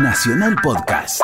Nacional Podcast.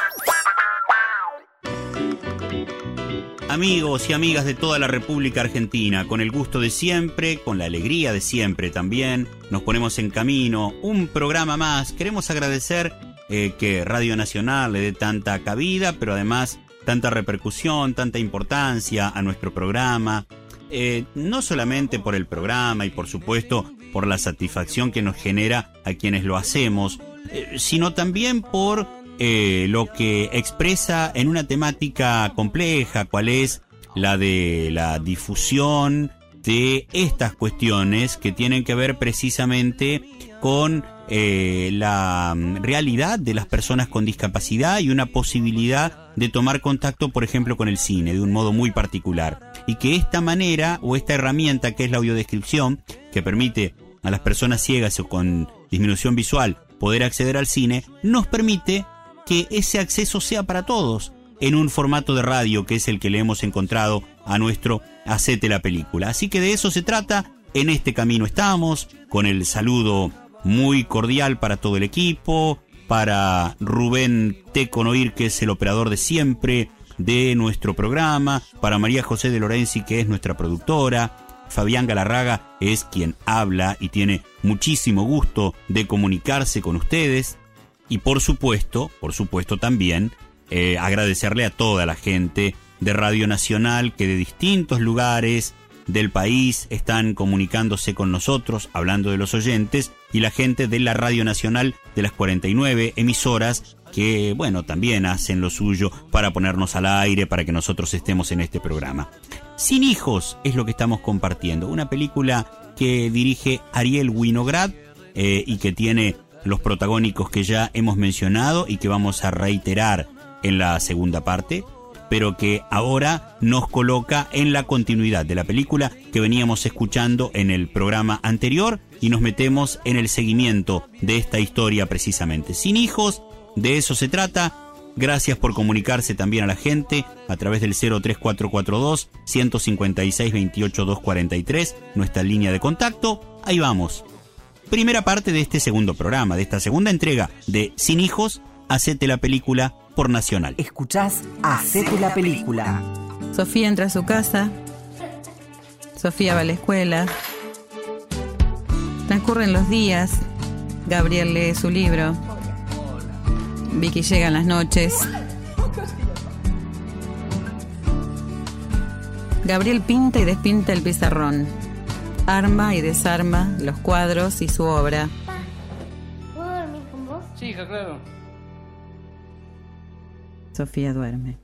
Amigos y amigas de toda la República Argentina, con el gusto de siempre, con la alegría de siempre también, nos ponemos en camino, un programa más. Queremos agradecer eh, que Radio Nacional le dé tanta cabida, pero además tanta repercusión, tanta importancia a nuestro programa, eh, no solamente por el programa y por supuesto por la satisfacción que nos genera a quienes lo hacemos, eh, sino también por eh, lo que expresa en una temática compleja, cual es la de la difusión de estas cuestiones que tienen que ver precisamente con eh, la realidad de las personas con discapacidad y una posibilidad de tomar contacto, por ejemplo, con el cine de un modo muy particular. Y que esta manera o esta herramienta que es la audiodescripción, que permite a las personas ciegas o con disminución visual poder acceder al cine, nos permite que ese acceso sea para todos en un formato de radio que es el que le hemos encontrado a nuestro Hacete la película. Así que de eso se trata, en este camino estamos, con el saludo muy cordial para todo el equipo, para Rubén Teconoir, que es el operador de siempre de nuestro programa, para María José de Lorenzi, que es nuestra productora, Fabián Galarraga es quien habla y tiene muchísimo gusto de comunicarse con ustedes. Y por supuesto, por supuesto también, eh, agradecerle a toda la gente de Radio Nacional que de distintos lugares del país están comunicándose con nosotros, hablando de los oyentes, y la gente de la Radio Nacional de las 49 emisoras que, bueno, también hacen lo suyo para ponernos al aire, para que nosotros estemos en este programa. Sin hijos es lo que estamos compartiendo, una película que dirige Ariel Winograd eh, y que tiene los protagónicos que ya hemos mencionado y que vamos a reiterar en la segunda parte, pero que ahora nos coloca en la continuidad de la película que veníamos escuchando en el programa anterior y nos metemos en el seguimiento de esta historia precisamente. Sin hijos, de eso se trata. Gracias por comunicarse también a la gente a través del 03442 156 28 243, nuestra línea de contacto. Ahí vamos. Primera parte de este segundo programa, de esta segunda entrega de Sin hijos, hacete la película por Nacional. Escuchás Hacete la película. Sofía entra a su casa. Sofía va a la escuela. Transcurren los días. Gabriel lee su libro. Vicky llega en las noches. Gabriel pinta y despinta el pizarrón. Arma y desarma los cuadros y su obra. ¿Puedo dormir con vos? Sí, hija, claro. Sofía duerme.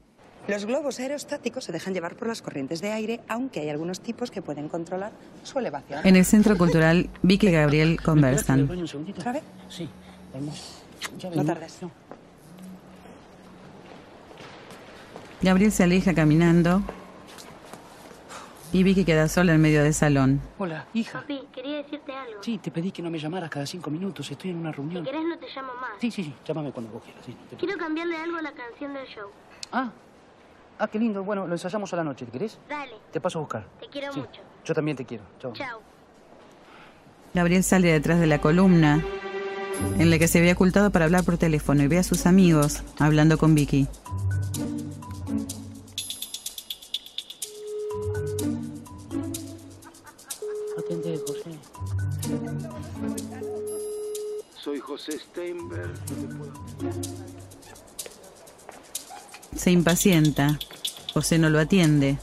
Los globos aerostáticos se dejan llevar por las corrientes de aire, aunque hay algunos tipos que pueden controlar su elevación. En el centro cultural, Vicky y Gabriel ¿Me conversan. un segundito? ¿Otra vez? Sí, vamos. Ya No venimos. tardes. Gabriel se aleja caminando y Vicky queda sola en medio del salón. Hola, hija. Papi, quería decirte algo. Sí, te pedí que no me llamaras cada cinco minutos. Estoy en una Si reunión. querés no te llamo más. Sí, sí, sí. Llámame cuando vos quieras. sí, no te preocupes. Quiero cambiarle algo a la canción del show. Ah. Ah, qué lindo. Bueno, lo ensayamos a la noche. ¿Te querés? Dale, Te paso a buscar. te quiero Sí. mucho. Yo también te quiero. Chao. Chao. Gabriel sale detrás de la columna en la que se había ocultado para hablar por teléfono y ve a sus amigos hablando con Vicky. Atendé, José. Soy José Steinberg. Se impacienta. José no lo atiende.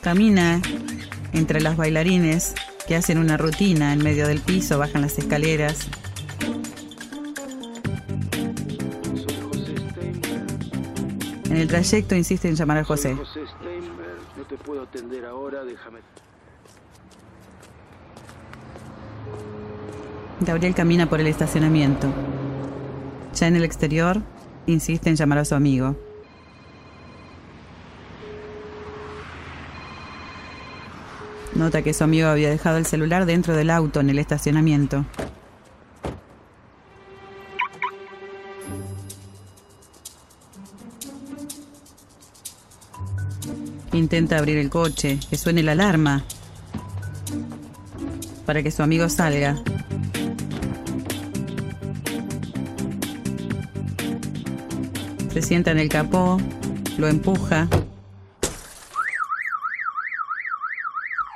Camina entre las bailarines que hacen una rutina en medio del piso, bajan las escaleras. Soy José Steinberg. En el trayecto insiste en llamar a José. José Steinberg. No te puedo atender ahora, déjame. Gabriel camina por el estacionamiento. Ya en el exterior, insiste en llamar a su amigo. Nota que su amigo había dejado el celular dentro del auto en el estacionamiento. Intenta abrir el coche, que suene la alarma, para que su amigo salga. Se sienta en el capó, lo empuja.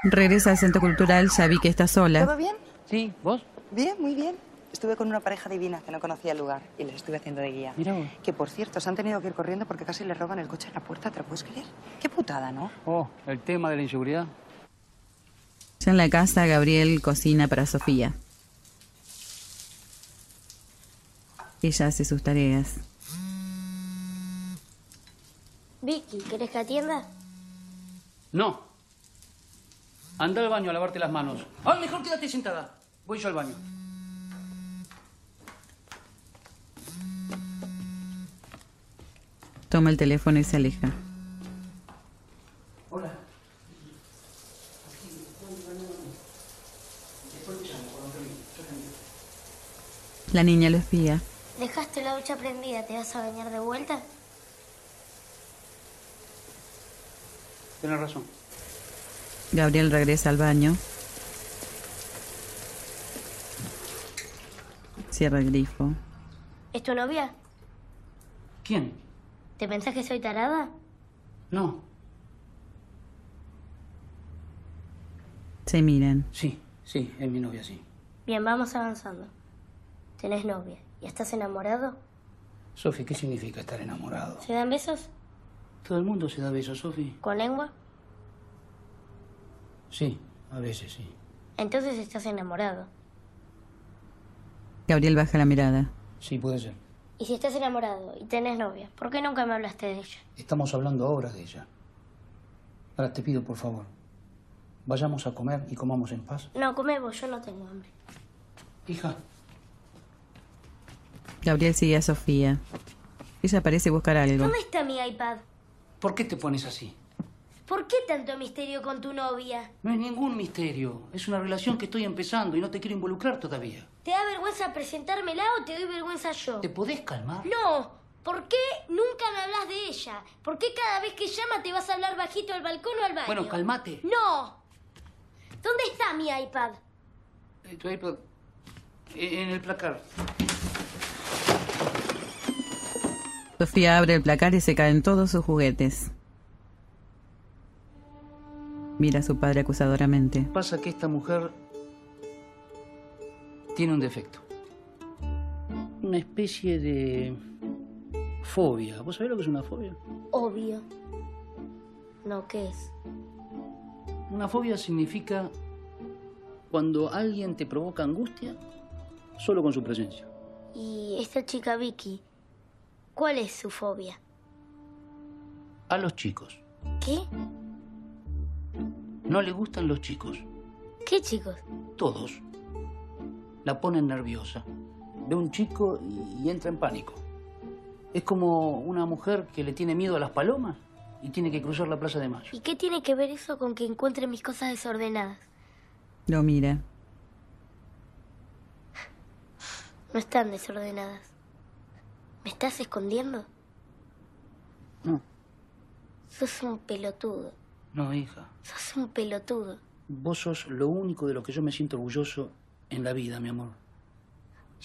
Regresa al centro cultural, ya vi que está ¿Todo sola. bien? Sí, ¿vos? Bien, muy bien. Estuve con una pareja divina que no conocía el lugar y les estuve haciendo de guía. Mira vos. Que por cierto, se han tenido que ir corriendo porque casi les roban el coche en la puerta, ¿te lo puedes creer? Qué putada, ¿no? Oh, el tema de la inseguridad. Ya en la casa, Gabriel cocina para Sofía. Ella hace sus tareas. Vicky, ¿querés que atienda? No. Anda al baño a lavarte las manos. Ah, mejor quédate sentada. Voy yo al baño. Toma el teléfono y se aleja. Hola. La niña lo espía. Dejaste la ducha prendida, ¿te vas a bañar de vuelta? Tienes razón. Gabriel regresa al baño. Cierra el grifo. ¿Es tu novia? ¿Quién? ¿Te pensás que soy tarada? No. Se miran. Sí, sí, es mi novia, sí. Bien, vamos avanzando. ¿Tenés novia? ¿Y estás enamorado? Sofi, ¿qué significa estar enamorado? ¿Se dan besos? Todo el mundo se da besos, Sofi. ¿Con lengua? Sí, a veces sí. Entonces estás enamorado. Gabriel baja la mirada. Sí, puede ser. Y si estás enamorado y tenés novia, ¿por qué nunca me hablaste de ella? Estamos hablando ahora de ella. Ahora te pido, por favor, vayamos a comer y comamos en paz. No, come vos, yo no tengo hambre. Hija, Gabriel sigue a Sofía. Ella parece buscar algo. ¿Dónde está mi iPad? ¿por qué te pones así? ¿Por qué tanto misterio con tu novia? No es ningún misterio. Es una relación que estoy empezando y no te quiero involucrar todavía. ¿Te da vergüenza presentármela o te doy vergüenza yo? ¿Te podés calmar? No, ¿por qué nunca me hablas de ella? ¿Por qué cada vez que llama te vas a hablar bajito al balcón o al baño? Bueno, calmate. No. ¿Dónde está mi iPad? Eh, tu iPad, eh, En el placar. Sofía abre el placar y se caen todos sus juguetes. Mira a su padre acusadoramente. Pasa que esta mujer tiene un defecto. Una especie de fobia. ¿Vos sabés lo que es una fobia? Obvio. No, ¿qué es? Una fobia significa cuando alguien te provoca angustia solo con su presencia. Y esta chica Vicky, ¿cuál es su fobia? A los chicos. ¿Qué? No le gustan los chicos. ¿Qué chicos? Todos. La ponen nerviosa. Ve un chico y, y entra en pánico. Es como una mujer que le tiene miedo a las palomas y tiene que cruzar la Plaza de Mayo. ¿Y qué tiene que ver eso con que encuentre mis cosas desordenadas? Lo mira. No están desordenadas. ¿Me estás escondiendo? No, Sos un pelotudo. no, hija. Sos un pelotudo. Vos sos lo único de lo que yo me siento orgulloso en la vida, mi amor.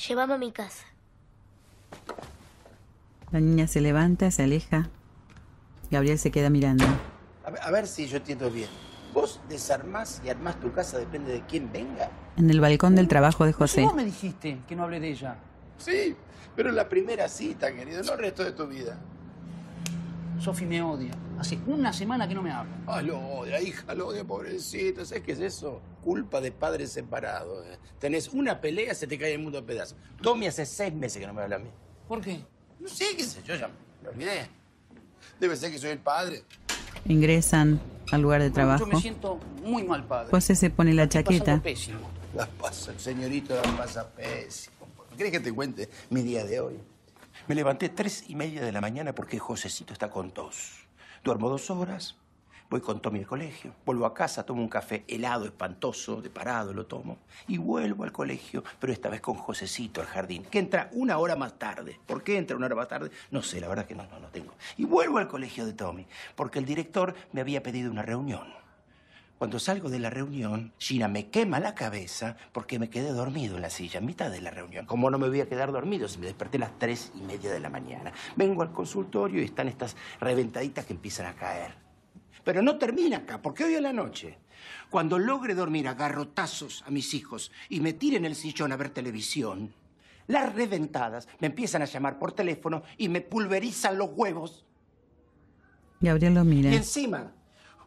Llévame a mi casa. La niña se levanta, se aleja. Gabriel se queda mirando. A ver, a ver si yo entiendo bien. ¿Vos desarmás y armás tu casa depende de quién venga? En el balcón del trabajo de José. me dijiste que no hablé de ella? Sí, pero la primera cita, querido, no el resto de tu vida. Sofi me odia. Hace una semana que no me habla. Ah, lo odia, hija, lo odia, pobrecito. ¿Sabes qué es eso? Culpa de padres separados. eh. Tenés una pelea, se te cae el mundo a pedazos. Tommy hace seis meses que no me habla a mí. ¿Por qué? No sé, qué sé yo, ya me olvidé. Debe ser que soy el padre. Ingresan al lugar de trabajo. Yo me siento muy mal padre. José se pone la Estoy pasando chaqueta. pésimo. La pasa, el señorito la pasa pésimo. ¿Crees que te cuente mi día de hoy? Me levanté tres y media de la mañana porque Josecito está con tos. Duermo dos horas, voy con Tommy al colegio, vuelvo a casa, tomo un café helado, espantoso, de parado lo tomo, y vuelvo al colegio, pero esta vez con Josecito al jardín, que entra una hora más tarde. ¿Por qué entra una hora más tarde? No sé, la verdad que no, no, no tengo. Y vuelvo al colegio de Tommy, porque el director me había pedido una reunión. Cuando salgo de la reunión, Gina me quema la cabeza porque me quedé dormido en la silla en mitad de la reunión. ¿Cómo no me voy a quedar dormido si me desperté a las tres y media de la mañana? Vengo al consultorio y están estas reventaditas que empiezan a caer. Pero no termina acá, porque hoy a la noche, cuando logre dormir a garrotazos a mis hijos y me tiren el sillón a ver televisión, las reventadas me empiezan a llamar por teléfono y me pulverizan los huevos. Gabriel lo mira. Y encima,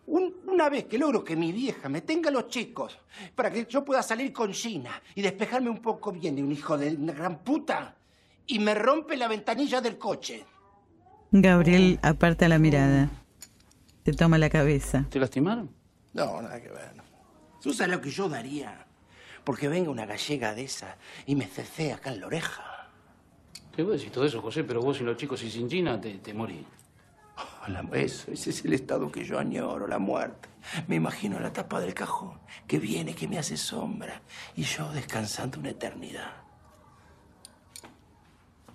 un- una vez que logro que mi vieja me tenga los chicos para que yo pueda salir con Gina y despejarme un poco bien de un hijo de una gran puta, y me rompe la ventanilla del coche. Gabriel aparta la mirada. Te toma la cabeza. ¿Te lastimaron? No, nada que ver. Tú sabes lo que yo daría. Porque venga una gallega de esa y me cecea acá en la oreja. Te voy a decir todo eso, José, pero vos sin los chicos y sin Gina te, te morís. A Oh, la- Eso, ese es el estado que yo añoro, la muerte. Me imagino la tapa del cajón que viene, que me hace sombra. Y yo descansando una eternidad.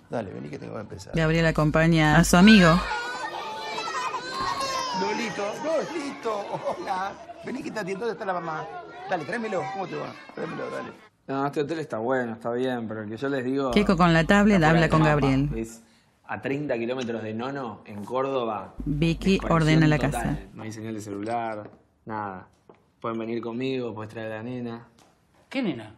Dale, vení que tengo que empezar. Gabriel acompaña a su amigo. Lolito, Lolito, hola. Vení que te atiendo, ¿dónde está la mamá? Dale, tráemelo, ¿cómo te va? Tráemelo, dale. No, este hotel está bueno, está bien, pero el que yo les digo. Keiko con la tablet Está habla fuera con de Gabriel. mapa. Es a 30 kilómetros de Nono, en Córdoba. Vicky Desconexión ordena la total. casa. No hay señal de celular, nada. Pueden venir conmigo, puedes traer a la nena. ¿Qué nena?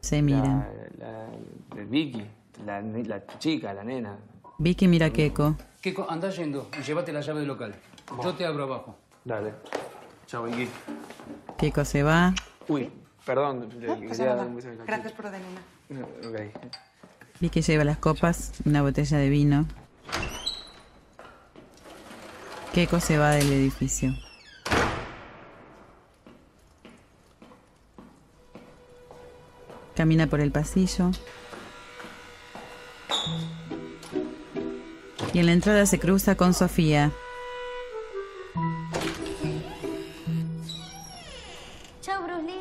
Se miran. La, la- la- Vicky, la, la chica, la nena. Vicky mira a Keiko. Keiko, andá yendo y llévate la llave del local. Yo te abro abajo. Dale. Chao, Vicky. Keiko se va. Uy, perdón, le No, quería pasa nada. dar un beso en la Gracias por lo de nena. chica. Ok. Vicky lleva las copas, una botella de vino. Keiko se va del edificio. Camina por el pasillo. Y en la entrada se cruza con Sofía. Chao, Bruce Lee.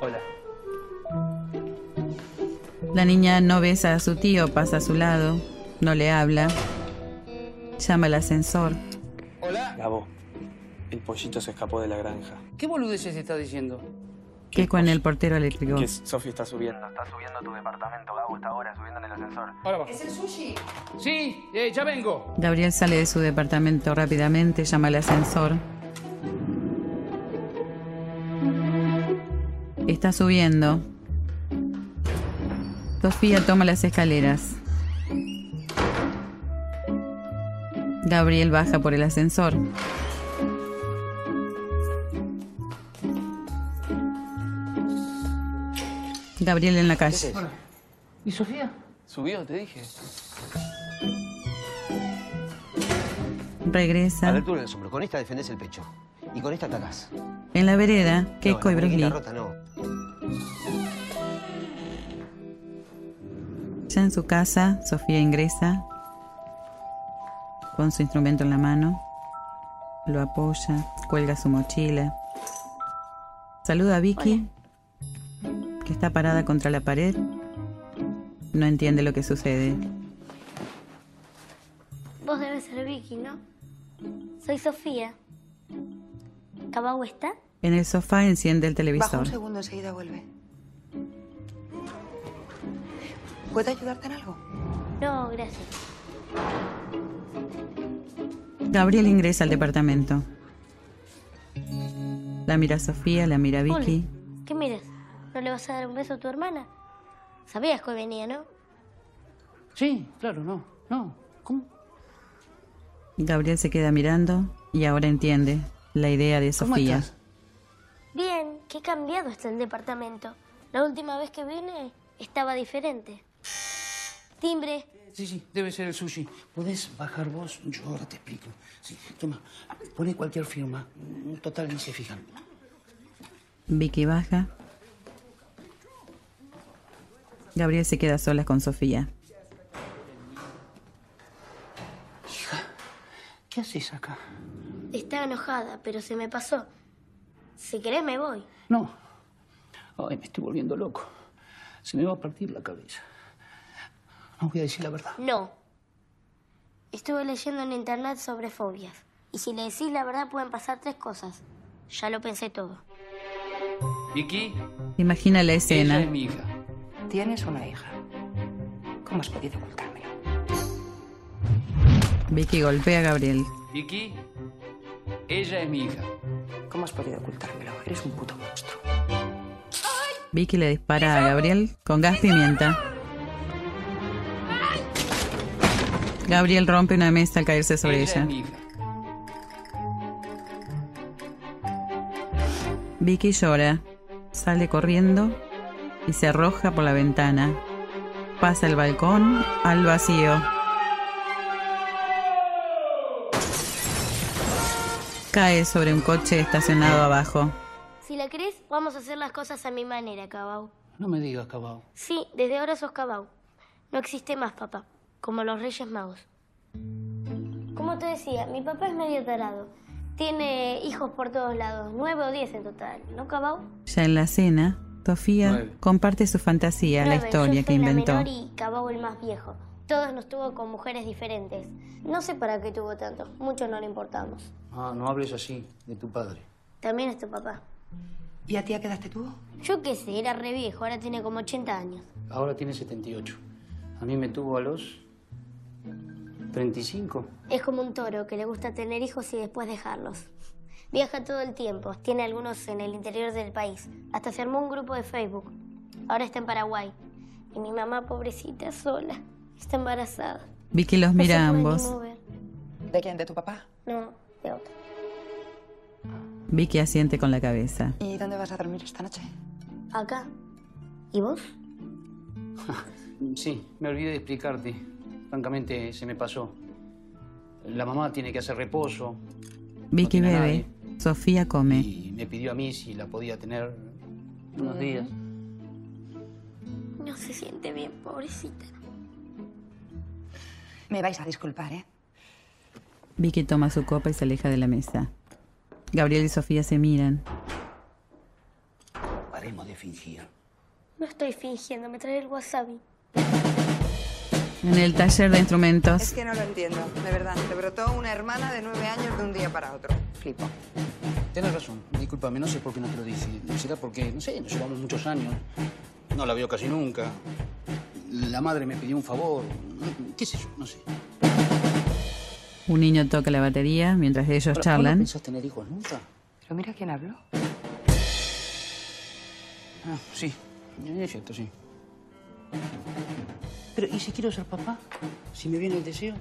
Hola. La niña no besa a su tío, pasa a su lado, no le habla. Llama al ascensor. Gabo, el pollito se escapó de la granja. ¿Qué boludeces estás diciendo? Keiko en el portero eléctrico. Que Sofi está subiendo. Está subiendo a tu departamento, Gabo, está ahora subiendo en el ascensor. Ahora va. ¿Es el sushi? Sí, eh, ya vengo. Gabriel sale de su departamento rápidamente, llama al ascensor. Está subiendo. Sofía toma las escaleras. Gabriel baja por el ascensor. Gabriel en la calle. ¿Y Sofía? Subió, te dije. Regresa. A la altura del hombro. Con esta defendés el pecho. Y con esta atacás. En la vereda, No, Keiko y la muñequita Bruce Lee. rota no. Ya en su casa, Sofía ingresa con su instrumento en la mano, lo apoya, cuelga su mochila, saluda a Vicky, que está parada contra la pared, no entiende lo que sucede. Vos debes ser Vicky, ¿no? Soy Sofía. ¿Cabau está? En el sofá enciende el Baja televisor. un segundo, enseguida vuelve. ¿Puedo ayudarte en algo? No, gracias. Gabriel ingresa al departamento. La mira Sofía, la mira Vicky. ¿Qué miras? ¿No le vas a dar un beso a tu hermana? Sabías que hoy venía, ¿no? Sí, claro, no. No. ¿Cómo? Gabriel se queda mirando y ahora entiende la idea de ¿Cómo Sofía. estás? Bien, qué cambiado está el departamento. La última vez que vine estaba diferente. Timbre, Sí, sí, debe ser el sushi. ¿Podés bajar vos? Yo ahora te explico. Sí, toma, pone cualquier firma. Un total ni se fijan. Vicky baja. Gabriel se queda sola con Sofía. ¿Qué haces acá? estaba enojada, pero se me pasó. Si querés me voy. No. Ay, me estoy volviendo loco. Se me va a partir la cabeza. No voy a decir la verdad. No. Estuve leyendo en internet sobre fobias. Y si le decís la verdad pueden pasar tres cosas. Ya lo pensé todo. Vicky, Imagina la ella es escena. mi hija. Tienes una hija. ¿Cómo has podido ocultarme? Vicky golpea a Gabriel. Vicky, ella es mi hija. ¿Cómo has podido ocultármelo? Eres un puto monstruo. Vicky le dispara a Gabriel con gas pimienta. Gabriel rompe una mesa al caerse sobre ella es ella. mi hija. Vicky llora, sale corriendo y se arroja por la ventana. Pasa el balcón al vacío. Cae sobre un coche estacionado abajo. Si la crees, vamos a hacer las cosas a mi manera, Cabau. No me digas, Cabao. Sí, desde ahora sos Cabau. No existe más papá, como los Reyes Magos. Como te decía, mi papá es medio tarado. Tiene hijos por todos lados, nueve o diez en total, ¿no, Cabau? Ya en la cena, Sofía Nueve. comparte su fantasía, la Nueve, yo historia que soy inventó. La menor y Cabau el más viejo. Todos nos tuvo con mujeres diferentes. No sé para qué tuvo tantos, muchos no le importamos. Ah, no hables así de tu padre. También es tu papá. ¿Y a ti a qué edad te tuvo? Yo qué sé, era re viejo, ahora tiene como 80 años. Ahora tiene 78. A mí me tuvo a los 35. Es como un toro que le gusta tener hijos y después dejarlos. Viaja todo el tiempo, tiene algunos en el interior del país. Hasta se armó un grupo de Facebook. Ahora está en Paraguay. Y mi mamá, pobrecita, sola. Está embarazada. Vicky los mira a ambos. ¿De quién? ¿De tu papá? No, de otro. Vicky asiente con la cabeza. ¿Y dónde vas a dormir esta noche? Acá. ¿Y vos? Sí, me olvidé de explicarte. Francamente, se me pasó. La mamá tiene que hacer reposo Vicky tiene a bebe, Sofía come. y me pidió a mí si la podía tener unos Ujú. días. No se siente bien, pobrecita. Me vais a disculpar, ¿eh? Vicky toma su copa y se aleja de la mesa. Gabriel y Sofía se miran. Paremos de fingir. No estoy fingiendo, me trae el wasabi. En el taller de Es instrumentos, que no lo entiendo, de verdad. Te brotó una hermana de nueve años de un día para otro. Flipo. Tienes razón, discúlpame, no sé por qué no te lo dije. Será porque, no sé, nos llevamos muchos años. No la veo casi nunca. La madre me pidió un favor. ¿Qué sé yo? No sé. un niño toca la batería mientras ellos Ahora, ¿vos no charlan. pensás tener hijos nunca? Pero mira quién habló. Ah, sí. Es cierto, sí. Pero, ¿y si quiero ser papá? Si me viene el deseo.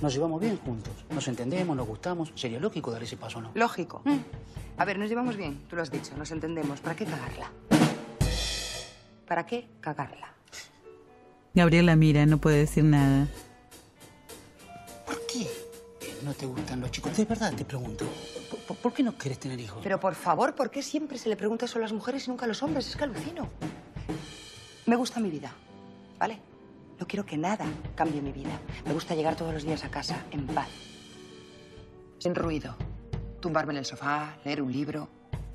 Nos llevamos bien juntos. Nos entendemos, nos gustamos. Sería lógico dar ese paso, ¿no? Mm. Lógico. A ver, nos llevamos bien, tú lo has dicho, nos entendemos. ¿Para qué cagarla? ¿Para qué cagarla? Gabriel la mira, no puede decir nada. ¿Por qué eh, no te gustan los chicos? De verdad te pregunto. ¿Por, por- por qué no quieres tener hijos? Pero por favor, ¿por qué siempre se le pregunta eso a las mujeres y nunca a los hombres? Es que alucino. Me gusta mi vida, ¿vale? No quiero que nada cambie mi vida. Me gusta llegar todos los días a casa en paz, sin ruido. Tumbarme en el sofá, leer un libro,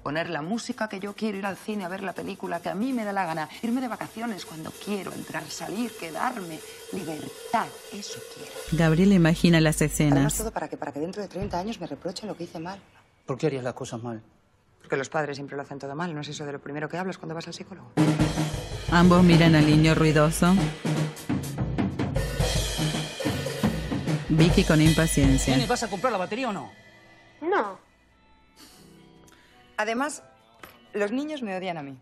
poner la música que yo quiero, ir al cine a ver la película que a mí me da la gana, irme de vacaciones cuando quiero, entrar, salir, quedarme. Libertad, eso quiero. Gabriel imagina las Además, escenas. todo para que, para que dentro de 30 años me reproche lo que hice mal. ¿Por qué harías las cosas mal? Porque los padres siempre lo hacen todo mal, ¿no es eso de lo primero que hablas cuando vas al psicólogo? Ambos miran al niño ruidoso. Vicky con ¿Nene, impaciencia. ¿Vas a comprar la batería o no? No. Además, los niños me odian a mí.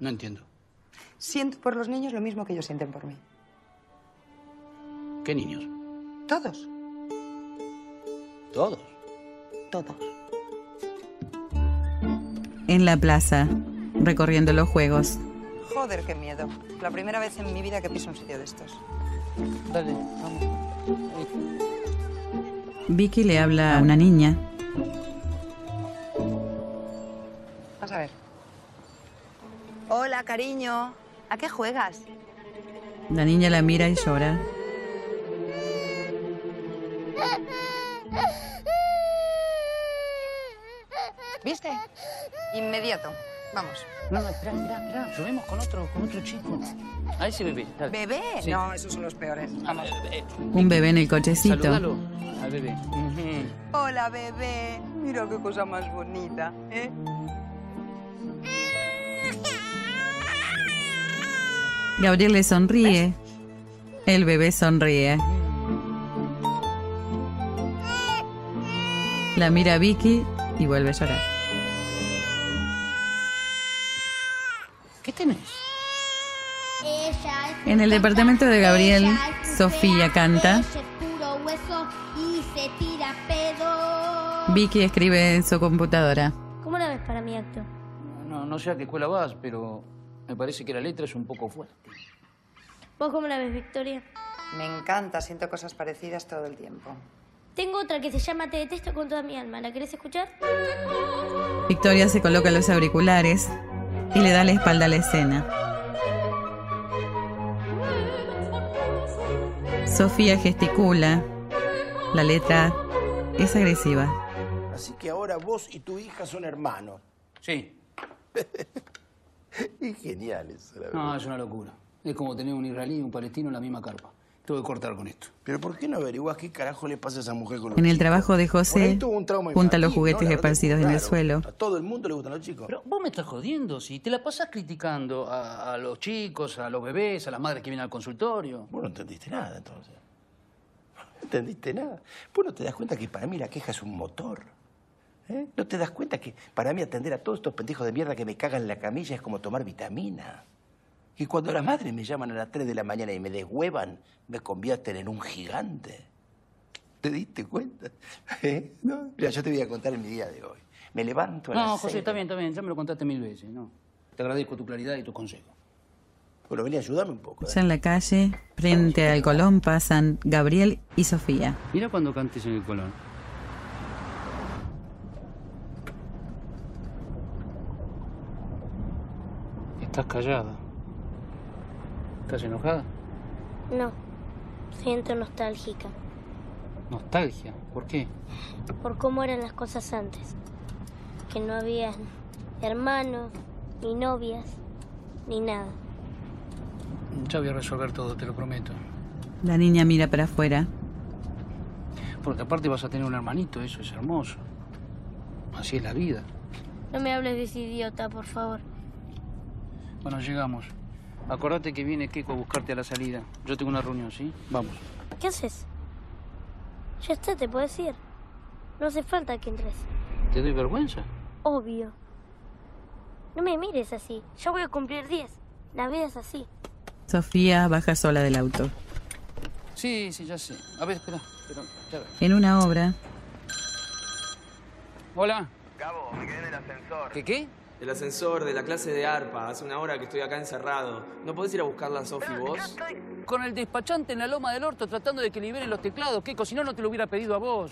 No entiendo. Siento por los niños lo mismo que ellos sienten por mí. ¿Qué niños? Todos, Todos. todos. En la plaza, recorriendo los juegos. Joder, qué miedo. La primera vez en mi vida que piso un sitio de estos. Dale, vamos. Vicky le habla a una niña. Vas a ver. Hola, cariño. ¿A qué juegas? La niña la mira y llora. ¿Viste? Inmediato. Vamos. No, no, espera, espera, espera. Subimos Ah, con otro, con otro chico. A ese bebé, dale. ¿Bebé? No, esos son los peores. Vamos. Eh, Un bebé en el cochecito. Saludalo al bebé. Hola, bebé. Mira qué cosa más bonita, ¿eh? Gabriel le sonríe. El bebé sonríe. La mira Vicky y vuelve a llorar. ¿Qué tenés? En el departamento de Gabriel, Sofía canta. Vicky escribe en su computadora. ¿Cómo la ves para mi acto? No, no sé a qué escuela vas, pero me parece que la letra es un poco fuerte. ¿Vos cómo la ves, Victoria? Me encanta, siento cosas parecidas todo el tiempo. Tengo otra que se llama Te detesto con toda mi alma. ¿La querés escuchar? Victoria se coloca los auriculares y le da la espalda a la escena. Sofía gesticula. La letra es agresiva. Así que ahora vos y tu hija son hermanos. Sí. Y genial eso, la verdad. No, es una locura. Es como tener un israelí y un palestino en la misma carpa. Tengo que cortar con esto. Pero ¿por qué no averiguás qué carajo le pasa a esa mujer con los En el chicos? trabajo de Por José, ahí tuvo un trauma junta infantil, los juguetes ¿no? La verdad que, esparcidos en el claro, suelo. A todo el mundo le gustan los chicos. Pero vos me estás jodiendo, si te la pasás criticando a, a los chicos, a los bebés, a las madres que vienen al consultorio. Vos no entendiste nada, entonces. No entendiste nada. Vos no te das cuenta que para mí la queja es un motor. ¿eh? No te das cuenta que para mí atender a todos estos pendejos de mierda que me cagan en la camilla es como tomar vitamina. Y cuando las madres me llaman a las 3 de la mañana y me deshuevan, me convierten en un gigante. ¿Te diste cuenta? ¿Eh? ¿No? Mira, yo te voy a contar en mi día de hoy. Me levanto a las No, José, seis. está bien, está bien, ya me lo contaste mil veces, ¿no? Te agradezco tu claridad y tus consejos. Bueno, vení a ayudarme un poco. Ya en eh. la calle, frente al Colón, pasan Gabriel y Sofía. Mira cuando cantes en el colón. Estás callada. ¿Estás enojada? No. Siento nostálgica Nostalgia. ¿Por qué? por cómo eran las cosas antes. Que no había hermanos, ni novias, ni nada. Ya voy a resolver todo, te lo prometo. La niña mira para afuera. Porque aparte vas a tener un hermanito, eso es hermoso. Así es la vida. No me hables de ese idiota, por favor. Bueno, llegamos. Acordate que viene Keiko a buscarte a la salida. Yo tengo una reunión, ¿sí? Vamos. ¿Qué haces? Ya está, te puedes ir. No hace falta que entres. ¿Te doy vergüenza? Obvio. No me mires así. Ya voy a cumplir 10. La vida es así. Sofía baja sola del auto. Sí, sí, ya sé. A ver, espera, espera. ya veo. En una obra, Hola. Cabo, me quedé en el ascensor. ¿Qué qué? El ascensor de la clase de arpa. Hace una hora que estoy acá encerrado. ¿No podés ir a buscarla, Sofi, vos? Con el despachante en la loma del orto tratando de que liberen los teclados, Keiko, si no, no te lo hubiera pedido a vos.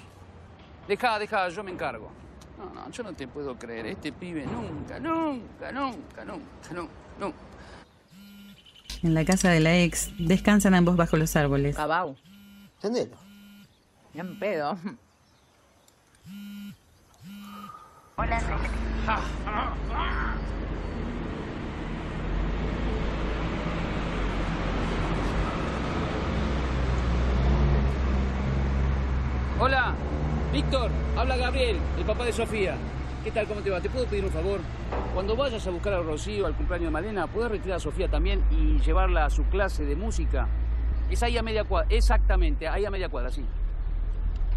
Deja, deja, yo me encargo. No, no, yo no te puedo creer. Este pibe nunca, nunca, nunca, nunca, nunca, nunca. en la casa de la ex, descansan ambos bajo los árboles. Cabau. ¿Entendés? Bien pedo. Hola, Hola, Víctor, habla Gabriel, el papá de Sofía. ¿Qué tal? ¿Cómo te va? ¿Te puedo pedir un favor? Cuando vayas a buscar a Rocío al cumpleaños de Malena, ¿puedes retirar a Sofía también y llevarla a su clase de música? Es ahí a media cuadra, exactamente, ahí a media cuadra, sí.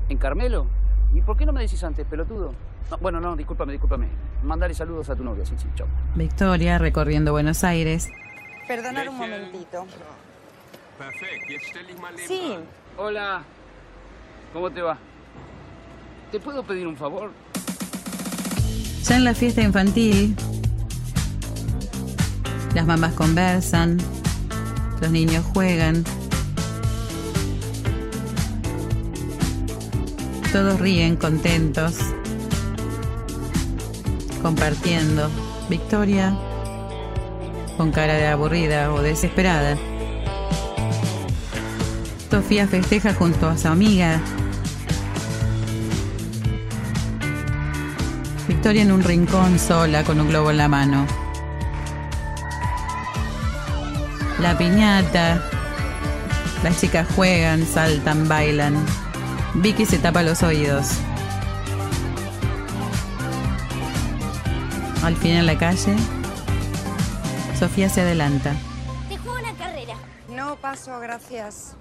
¿En Carmelo? ¿Y por qué no me decís antes, pelotudo? No, bueno, no, discúlpame, discúlpame. Mandale saludos a tu novia, sí, sí, chao. Victoria recorriendo Buenos Aires. Perdonar un momentito. Sí. Hola, ¿cómo te va? ¿Te puedo pedir un favor? Ya en la fiesta infantil, las mamás conversan, los niños juegan. Todos ríen contentos, compartiendo. Victoria, con cara de aburrida o desesperada. Sofía festeja junto a su amiga. Victoria en un rincón sola con un globo en la mano. La piñata. Las chicas juegan, saltan, bailan. Vicky se tapa los oídos. Al fin en la calle, Sofía se adelanta. Te juego una carrera. No paso, gracias.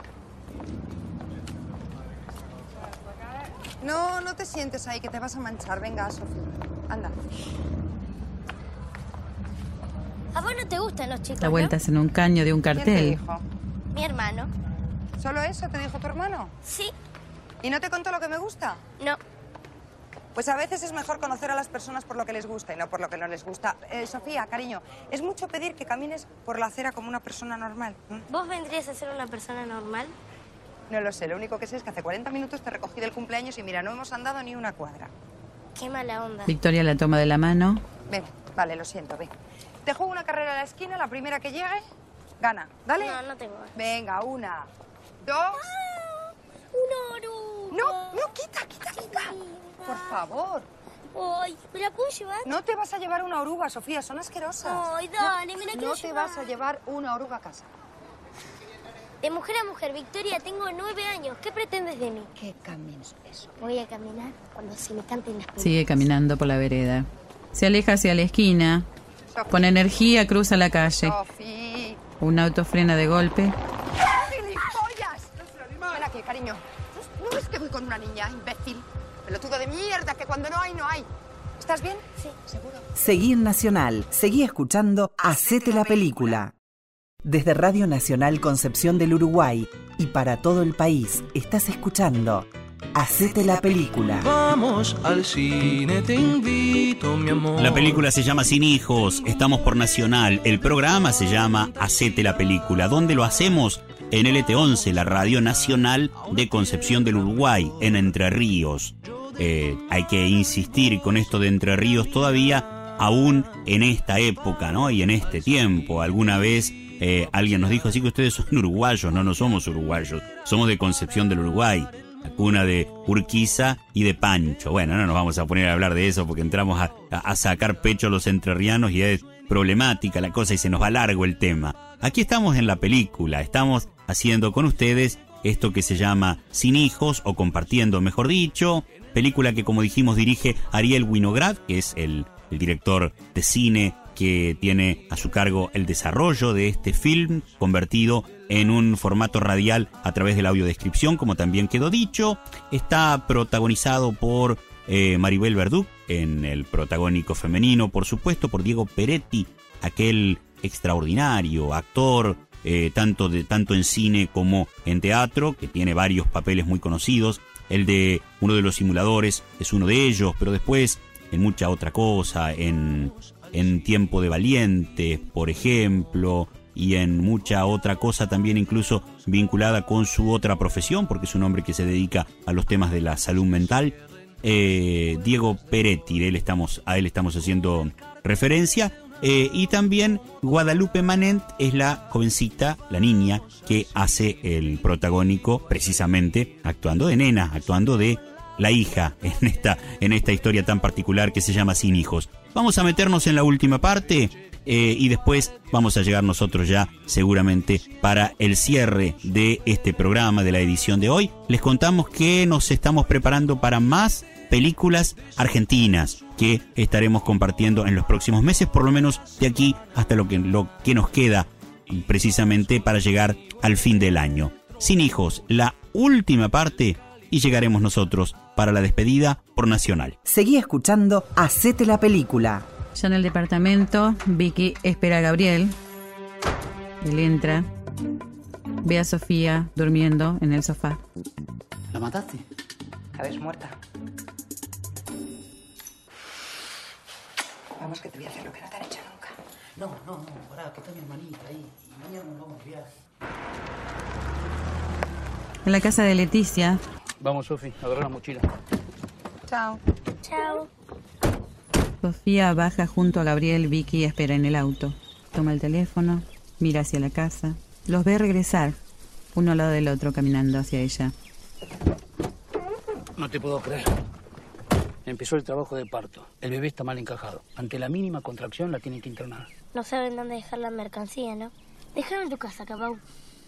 No, no te sientes ahí, que te vas a manchar. Venga, Sofía. Anda. A vos no te gustan los chicos. Da ¿no? vueltas en un caño de un cartel. Mi hermano. ¿Solo eso te dijo tu hermano? Sí. ¿Y no te contó lo que me gusta? No. Pues a veces es mejor conocer a las personas por lo que les gusta y no por lo que no les gusta. Eh, Sofía, cariño, es mucho pedir que camines por la acera como una persona normal. ¿m? ¿Vos vendrías a ser una persona normal? No lo sé, lo único que sé es que hace 40 minutos te recogí del cumpleaños y mira, no hemos andado ni una cuadra. Qué mala onda. Victoria la toma de la mano. Ven, vale, lo siento, ven. Te juego una carrera a la esquina, la primera que llegue, gana. ¿Dale? No, no tengo. ganas. Venga, una, dos... Un oro. No, no, quita, quita, quita. Por favor. Ay, ¿me la puedo llevar? No te vas a llevar una oruga, Sofía, son asquerosas. Ay, dale, me la No, quiero no te vas a llevar. llevar una oruga a casa. De mujer a mujer, Victoria, tengo nueve años. ¿Qué pretendes de mí? Que camines eso. Voy a caminar cuando se me canten las piernas. Sigue caminando por la vereda. Se aleja hacia la esquina. Con energía cruza la calle. Sofía. Un auto frena de golpe. ¡Gilipollas! Ven aquí, cariño. ¿No- ¿No ves que voy con una niña, imbécil? Pelotudo de mierda, que cuando no hay, no hay. ¿Estás bien? Sí. ¿Seguro? Seguí en Nacional, seguí escuchando Hacete la película. Desde Radio Nacional Concepción del Uruguay y para todo el país, estás escuchando Hacete la película. Vamos al cine, te invito, mi amor. La película se llama Sin Hijos, estamos por Nacional, el programa se llama Hacete la Película, donde lo hacemos en LT11, la radio nacional de Concepción del Uruguay, en Entre Ríos. Eh, hay que insistir con esto de Entre Ríos todavía, aún en esta época, ¿no? Y en este tiempo, alguna vez eh, alguien nos dijo, así que ustedes son uruguayos, no, no somos uruguayos, somos de Concepción del Uruguay la cuna de Urquiza y de Pancho. Bueno, no nos vamos a poner a hablar de eso porque entramos a, a- a sacar pecho a los entrerrianos y es problemática la cosa y se nos va largo el tema. Aquí estamos en la película, estamos haciendo con ustedes esto que se llama Sin Hijos o Compartiendo, mejor dicho, película que como dijimos dirige Ariel Winograd, que es el, el director de cine que tiene a su cargo el desarrollo de este film convertido en un formato radial a través de la audiodescripción, como también quedó dicho. Está protagonizado por eh, Maribel Verdú en el protagónico femenino, por supuesto, por Diego Peretti, aquel extraordinario actor, eh, tanto, de, tanto en cine como en teatro, que tiene varios papeles muy conocidos. El de uno de los simuladores es uno de ellos, pero después en mucha otra cosa, en, en Tiempo de Valientes, por ejemplo, y en mucha otra cosa también incluso vinculada con su otra profesión, porque es un hombre que se dedica a los temas de la salud mental. Eh, Diego Peretti, de él estamos, a él estamos haciendo referencia. Eh, y también Guadalupe Manent es la jovencita, la niña, que hace el protagónico precisamente actuando de nena, actuando de la hija en esta, en esta historia tan particular que se llama Sin Hijos. Vamos a meternos en la última parte eh, y después vamos a llegar nosotros ya seguramente para el cierre de este programa, de la edición de hoy. Les contamos que nos estamos preparando para más películas argentinas que estaremos compartiendo en los próximos meses, por lo menos de aquí hasta lo que, lo que nos queda precisamente para llegar al fin del año. Sin hijos, la última parte y llegaremos nosotros para la despedida por Nacional. Seguí escuchando Hacete la película. Ya en el departamento, Vicky espera a Gabriel. Él entra. Ve a Sofía durmiendo en el sofá. ¿La mataste? La ves muerta. Vamos, que te voy a hacer lo que no te han hecho nunca. No, no, no, pará, que está mi hermanita ahí. Y mañana nos vamos de viaje. En la casa de Leticia, Vamos, Sofi, agarra la mochila. Chao. Chao. Sofía baja junto a Gabriel, Vicky y espera en el auto. Toma el teléfono, mira hacia la casa. Los ve regresar, uno al lado del otro caminando hacia ella. No te puedo creer. Empezó el trabajo de parto. El bebé está mal encajado. Ante la mínima contracción la tienen que internar. No saben dónde dejar la mercancía, ¿no? Déjala en tu casa, Capau.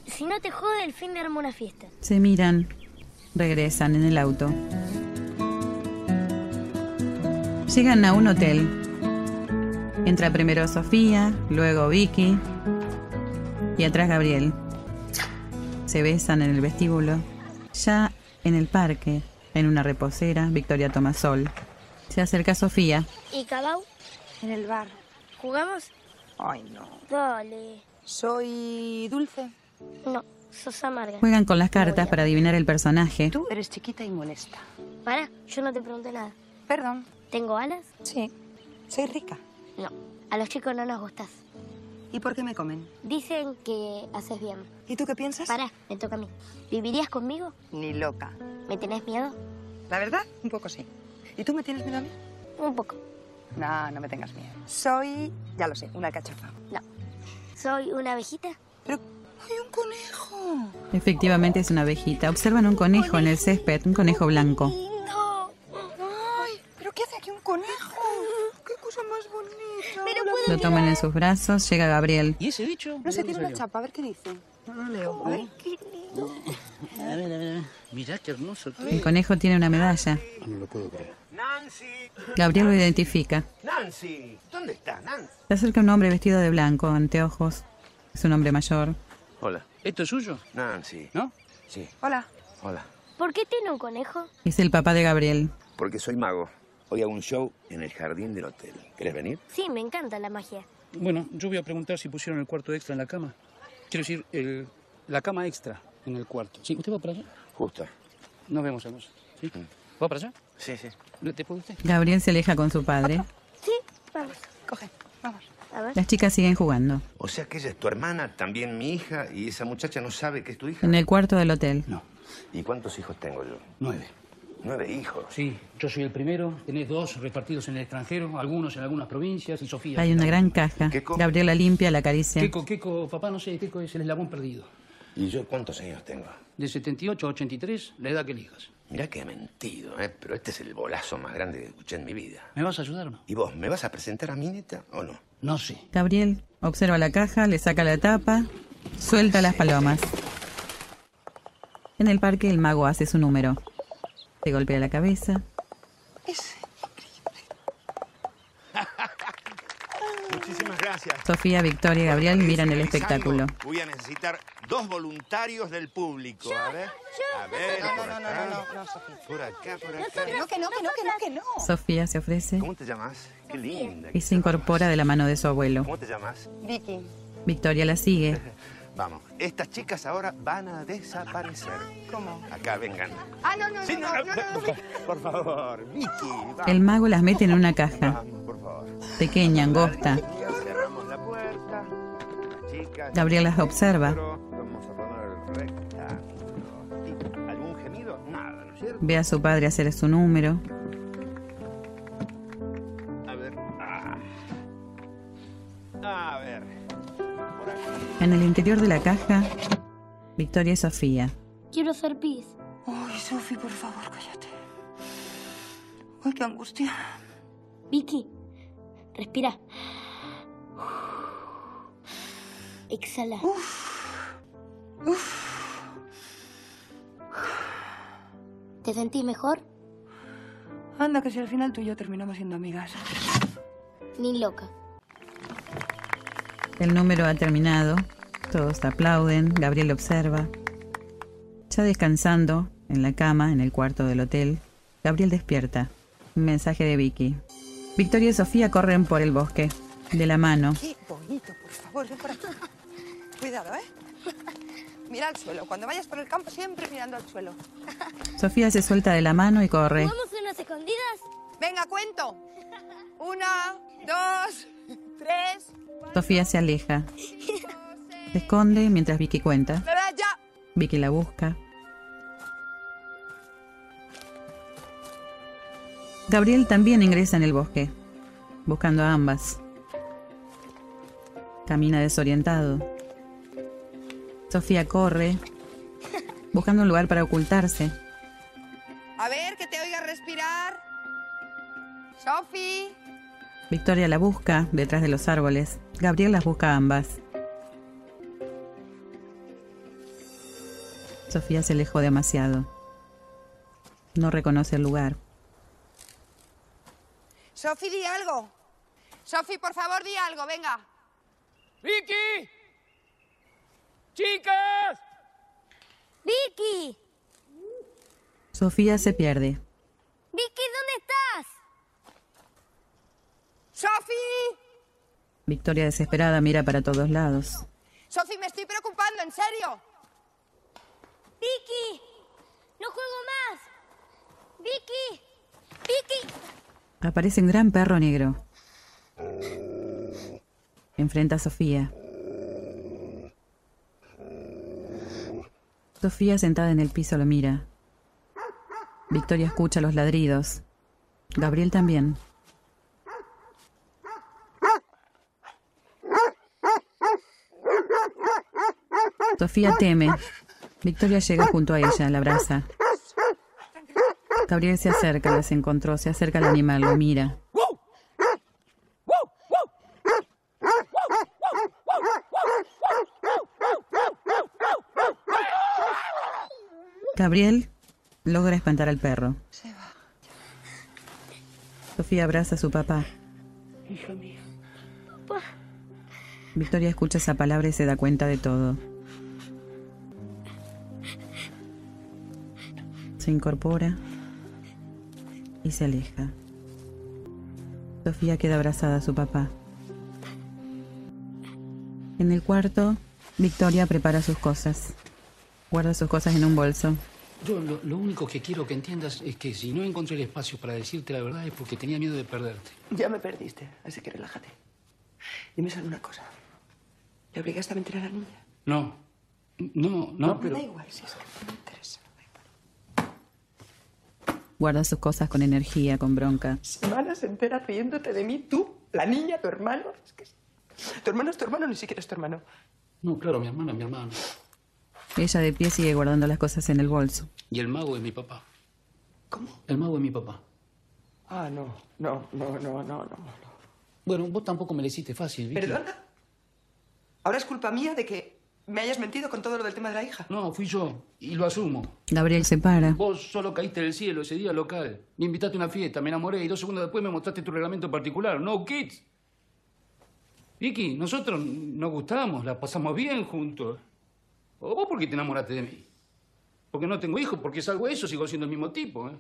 Si no te jode, el fin de arma una fiesta. Se miran. Regresan en el auto. Llegan a un hotel. Entra primero Sofía, luego Vicky y atrás Gabriel. Se besan en el vestíbulo. Ya en el parque, en una reposera, Victoria toma sol. Se acerca Sofía. ¿Y Cabau? En el bar. ¿Jugamos? Ay, no. Dale. ¿Soy dulce? No, sos amarga. Juegan con las cartas para adivinar el personaje. Tú eres chiquita y molesta. Pará, yo no te pregunté nada. Perdón. ¿Tengo alas? Sí. Soy rica. No, a los chicos no nos gustas. ¿Y por qué me comen? Dicen que haces bien. ¿Y tú qué piensas? Pará, me toca a mí. ¿Vivirías conmigo? Ni loca. ¿Me tenés miedo? La verdad, un poco sí. ¿Y tú me tienes miedo a mí? Un poco. No, no me tengas miedo. Soy, ya lo sé, una alcachofa. No. ¿Soy una abejita? Pero hay un conejo. Efectivamente es una abejita. Observan un conejo en el césped, un conejo blanco. No. Ay, pero ¿qué hace aquí un conejo? Qué cosa más bonita. Pero Hola, Lo toman en sus brazos, llega Gabriel. ¿Y ese bicho? No sé, tiene una chapa, a ver qué dice. No lo leo. Ay, qué lindo. A ver, a ver, a ver. Mirá qué hermoso. El conejo tiene una medalla. No lo puedo creer. Gabriel lo identifica. Nancy, ¿dónde está Nancy? Se acerca un hombre vestido de blanco, anteojos. Es un hombre mayor. Hola. ¿Esto es suyo? Nancy. ¿No? Sí. Hola. Hola. ¿Por qué tiene un conejo? Es el papá de Gabriel. Porque soy mago. Hoy hago un show en el jardín del hotel. ¿Querés venir? Sí, me encanta la magia. Bueno, yo voy a preguntar si pusieron el cuarto extra en la cama. Quiero decir, el- la cama extra en el cuarto. Sí, ¿usted va para allá? Justo. Nos vemos, hermoso. ¿Sí? ¿Va para allá? Sí, sí. ¿Te puede usted? Gabriel se aleja con su padre. Sí, vamos. Coge, vamos. A ver. Las chicas siguen jugando. O sea que ella es tu hermana, también mi hija, y esa muchacha no sabe que es tu hija. En el cuarto del hotel. ¿Y cuántos hijos tengo yo? Nueve. Nueve hijos. Sí, yo soy el primero. Tenés dos repartidos en el extranjero, algunos en algunas provincias y Sofía. Hay una gran caja. Gabriel la limpia, la acaricia. Keiko, Keiko, papá, no sé, Keiko es el eslabón perdido. ¿Y yo cuántos años tengo? De 78 a 83, la edad que elijas. Mirá que he mentido, ¿eh? pero este es el bolazo más grande que escuché en mi vida. ¿Me vas a ayudar o no? ¿Y vos, me vas a presentar a mi neta o no? No sé. Gabriel observa la caja, le saca la tapa, suelta las palomas. En el parque el mago hace su número. Se golpea la cabeza. Es Muchísimas gracias. Sofía, Victoria y Gabriel miran el Avisando, espectáculo. Voy a necesitar dos voluntarios del público. a ver. a ver. No, no, por no, no, acá. no, no, no, Sofía. Por acá, por acá. Que no, que no, que no, que no, que no. Sofía se ofrece ¿Cómo te llamas? Qué linda. y se incorpora de la mano de su abuelo. ¿Cómo te llamas? Vicky. Victoria la sigue. Vamos. Estas chicas ahora van a desaparecer. ¿Cómo? Acá, vengan. Ah, no, no, Sí, no, no, no, no, no. Por favor, Vicky. vamos. El mago las mete en una caja. Pequeña, angosta. Cerramos la puerta. Las chicas. Gabriel las observa. Vamos a poner rectángulo. ¿Y ¿Algún gemido? Nada, ¿no es cierto? Ve a su padre hacer su número. A ver. Ah. A ver. Por aquí. En el interior de la caja, Victoria y Sofía. Quiero ser pis. Uy, Sofi, por favor, cállate. Uy, qué angustia. Vicky, respira. Exhala. ¿Te sentís mejor? Anda, que si al final tú y yo terminamos siendo amigas. Ni loca. El número ha terminado. Todos aplauden. Gabriel observa. Ya descansando, en la cama, en el cuarto del hotel, Gabriel despierta. Un mensaje de Vicky. Victoria y Sofía corren por el bosque, de la mano. Qué bonito, por favor, ven por aquí. Cuidado, ¿eh? Mira al suelo. Cuando vayas por el campo, siempre mirando al suelo. Sofía se suelta de la mano y corre. unas escondidas? Venga, cuento. Una, dos, tres. Sofía se aleja. Se esconde mientras Vicky cuenta. ¡Nora, ya! Vicky la busca. Gabriel también ingresa en el bosque, buscando a ambas. Camina desorientado. Sofía corre, buscando un lugar para ocultarse. A ver, que te oiga respirar. ¡Sofi! Victoria la busca detrás de los árboles. Gabriel las busca a ambas. Sofía se alejó demasiado. No reconoce el lugar. ¡Sofi, di algo! ¡Sofi, por favor, di algo! ¡Venga! ¡Vicky! ¡Chicas! ¡Vicky! Sofía se pierde. ¡Vicky, ¿dónde estás? ¡Sofi! Victoria desesperada mira para todos lados. ¡Sofi, me estoy preocupando, en serio! ¡Vicky! ¡No juego más! ¡Vicky! ¡Vicky! Aparece un gran perro negro. Enfrenta a Sofía. Sofía sentada en el piso lo mira. Victoria escucha los ladridos. Gabriel también. Sofía teme. Victoria llega junto a ella, la abraza. Gabriel se acerca, las encontró, se acerca al animal, lo mira. Gabriel logra espantar al perro. Sofía abraza a su papá. Hijo mío. Papá. Victoria escucha esa palabra y se da cuenta de todo. Se incorpora y se aleja. Sofía queda abrazada a su papá. En el cuarto, Victoria prepara sus cosas. Guarda sus cosas en un bolso. Yo lo, lo único que quiero que entiendas es que si no encontré el espacio para decirte la verdad es porque tenía miedo de perderte. Ya me perdiste, así que relájate. Dime solo una cosa. ¿Le obligaste a mentir a la niña? No. No, no, pero... Da igual, si es que no me interesa. Guarda sus cosas con energía, con bronca. Semanas enteras riéndote de mí, tú, la niña, tu hermano. Es que... Tu hermano es tu hermano, ni siquiera es tu hermano. No, claro, mi hermana, mi hermano. Ella de pie sigue guardando las cosas en el bolso. Y el mago es mi papá. ¿Cómo? El mago es mi papá. Ah, no, no, no, no, no, no. Bueno, vos tampoco me lo hiciste fácil, Vicky. ¿Perdona? ¿Ahora es culpa mía de que me hayas mentido con todo lo del tema de la hija? No, fui yo, y lo asumo. Gabriel se para. Vos solo caíste del cielo ese día local. Me invitaste a una fiesta, me enamoré y dos segundos después me mostraste tu reglamento particular. No kids. Vicky, nosotros nos gustamos, la pasamos bien juntos. ¿O vos por qué te enamoraste de mí? Porque no tengo hijos, porque salgo de eso, sigo siendo el mismo tipo. ¿eh?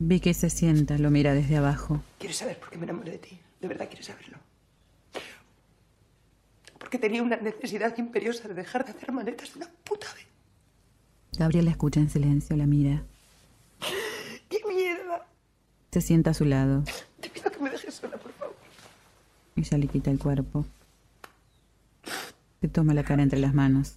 Vicky se sienta, lo mira desde abajo. ¿Quieres saber por qué me enamoré de ti? De verdad quieres saberlo. Porque tenía una necesidad imperiosa de dejar de hacer maletas de una puta vez. Gabriel la escucha en silencio, la mira. ¡Qué mierda! Se sienta a su lado. Te pido que me dejes sola, por favor. Ella le quita el cuerpo. Se toma la cara entre las manos.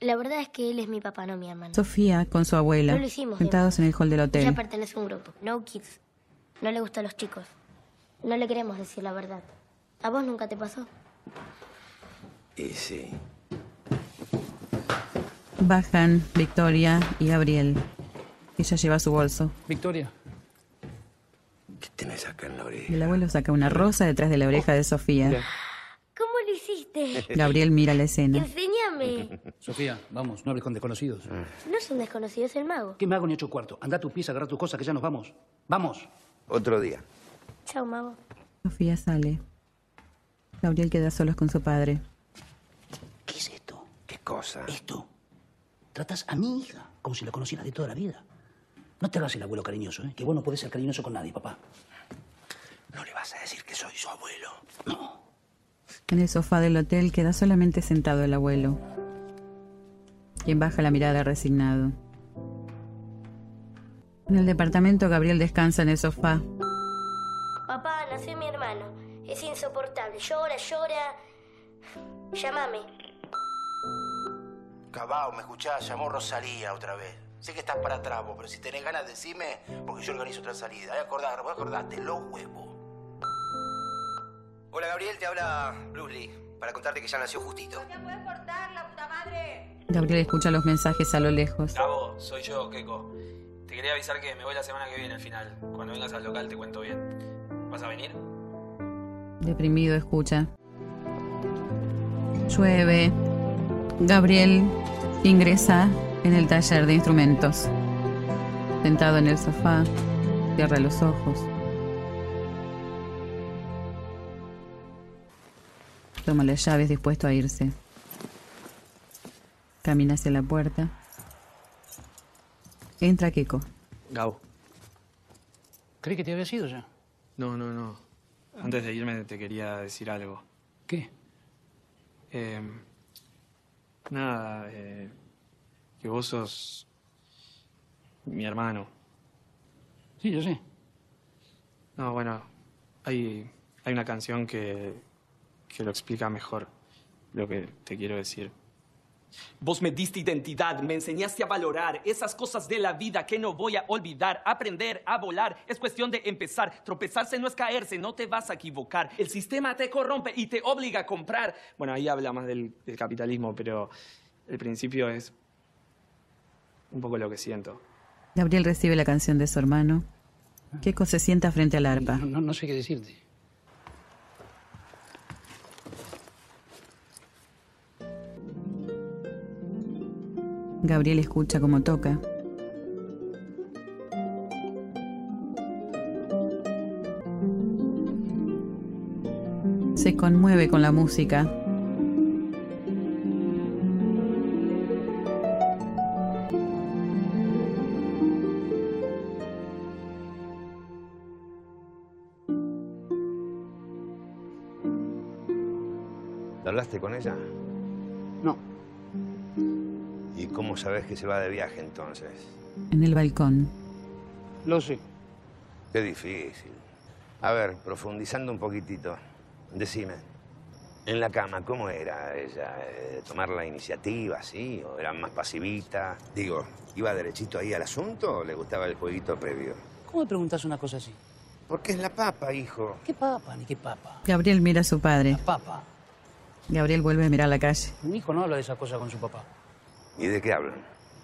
La verdad es que él es mi papá, no mi hermano. Sofía con su abuela, No lo hicimos, sentados en el hall del Ella hotel. pertenece a un grupo, No Kids. No le gusta a los chicos. No le queremos decir la verdad. ¿A vos nunca te pasó? Y sí. Bajan Victoria y Gabriel. Ella lleva su bolso. Victoria. ¿Qué tenés acá en la oreja? El abuelo saca una rosa detrás de la oreja de Sofía. ¿Cómo lo hiciste? Gabriel mira la escena. Enséñame. Sofía, vamos, no hables con desconocidos. No son desconocidos el mago. ¿Qué me hago ni ocho cuarto? Anda a tu pieza, agarra tus cosas, que ya nos vamos. Vamos. Otro día. Chao, mago. Sofía sale. Gabriel queda solos con su padre. ¿Qué es esto? ¿Qué cosa? Esto. Tratas a mi hija como si la conocieras de toda la vida. No te hagas el abuelo cariñoso, ¿eh? que vos no podés ser cariñoso con nadie, papá. No le vas a decir que soy su abuelo. En el sofá del hotel queda solamente sentado el abuelo, quien baja la mirada resignado. En el departamento Gabriel descansa en el sofá. Papá, nació mi hermano. Es insoportable. Llora, llora. Llámame. Cabao, ¿me escuchás? Llamó Rosalía otra vez. Sé que estás para atrás vos, pero si tenés ganas, decime, porque yo organizo otra salida. Voy a acordar, vos acordate, los huevos. Hola, Gabriel, te habla Bruce Lee, para contarte que ya nació justito. Gabriel escucha los mensajes a lo lejos. Gabo, soy yo, Keiko. Te quería avisar que me voy la semana que viene al final. Cuando vengas al local te cuento bien. ¿Vas a venir? Deprimido escucha. Llueve. Gabriel ingresa en el taller de instrumentos. Sentado en el sofá, cierra los ojos. Toma las llaves dispuesto a irse. Camina hacia la puerta. Entra Keiko. Gabo. ¿Crees que te había ido ya? No, no, no. Antes de irme te quería decir algo. ¿Qué? Eh, nada, eh, que vos sos mi hermano. Sí, yo sé. No, bueno, hay, hay una canción que, que lo explica mejor lo que te quiero decir. Vos me diste identidad, me enseñaste a valorar esas cosas de la vida que no voy a olvidar. Aprender a volar es cuestión de empezar. Tropezarse no es caerse, no te vas a equivocar. El sistema te corrompe y te obliga a comprar. Bueno, ahí habla más del, del capitalismo, pero el principio es un poco lo que siento. Gabriel recibe la canción de su hermano. Keiko se sienta frente al arpa. No, no sé qué decirte. Gabriel escucha cómo toca. Se conmueve con la música. ¿Hablaste con ella? No. ¿Y cómo sabes que se va de viaje entonces? En el balcón, Lo sé. Qué difícil. A ver, profundizando un poquitito, decime, en la cama, ¿cómo era ella? Eh, ¿De tomar la iniciativa, sí? ¿O era más pasivita? Digo, ¿iba derechito ahí al asunto o le gustaba el jueguito previo? ¿Cómo me preguntás una cosa así? Porque es la papa, hijo. ¿Qué papa? Ni qué papa. Gabriel mira a su padre. Papa. Gabriel vuelve a mirar la calle. Mi hijo no habla de esas cosas con su papá. ¿Y de qué hablan?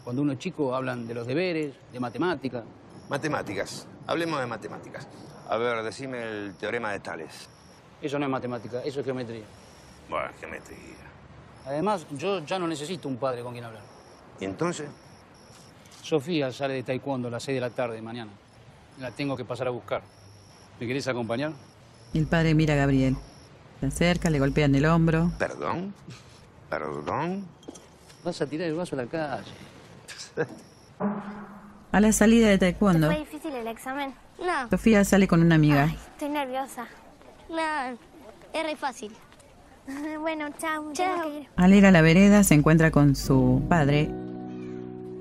Cuando uno es chico hablan de los deberes, de matemática. Matemáticas. Hablemos de matemáticas. A ver, decime el teorema de Tales. Eso no es matemática, eso es geometría. Bueno, geometría. Además, yo ya no necesito un padre con quien hablar. ¿Y entonces? Sofía sale de taekwondo a las 6 de la tarde de mañana. La tengo que pasar a buscar. ¿Me querés acompañar? El padre mira a Gabriel. Se acerca, le golpea en el hombro. ¿Perdón? ¿Perdón? Vas a tirar el vaso a la calle. A la salida de taekwondo, ¿Fue difícil el examen? No, Sofía sale con una amiga. estoy nerviosa. No, es re fácil. bueno, chao. Chao. Al ir a la vereda se encuentra con su padre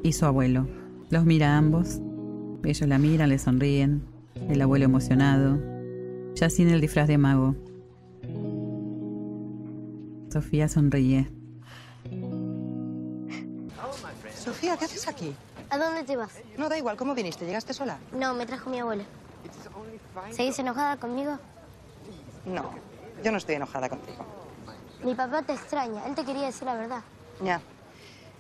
y su abuelo. Los mira a ambos. Ellos la miran, le sonríen. El abuelo emocionado. Ya sin el disfraz de mago. Sofía sonríe. Sofía, ¿qué haces aquí? ¿A dónde te vas? No, da igual, ¿cómo viniste? ¿Llegaste sola? No, me trajo mi abuela. ¿Seguís enojada conmigo? No, yo no estoy enojada contigo. Mi papá te extraña, él te quería decir la verdad. Ya.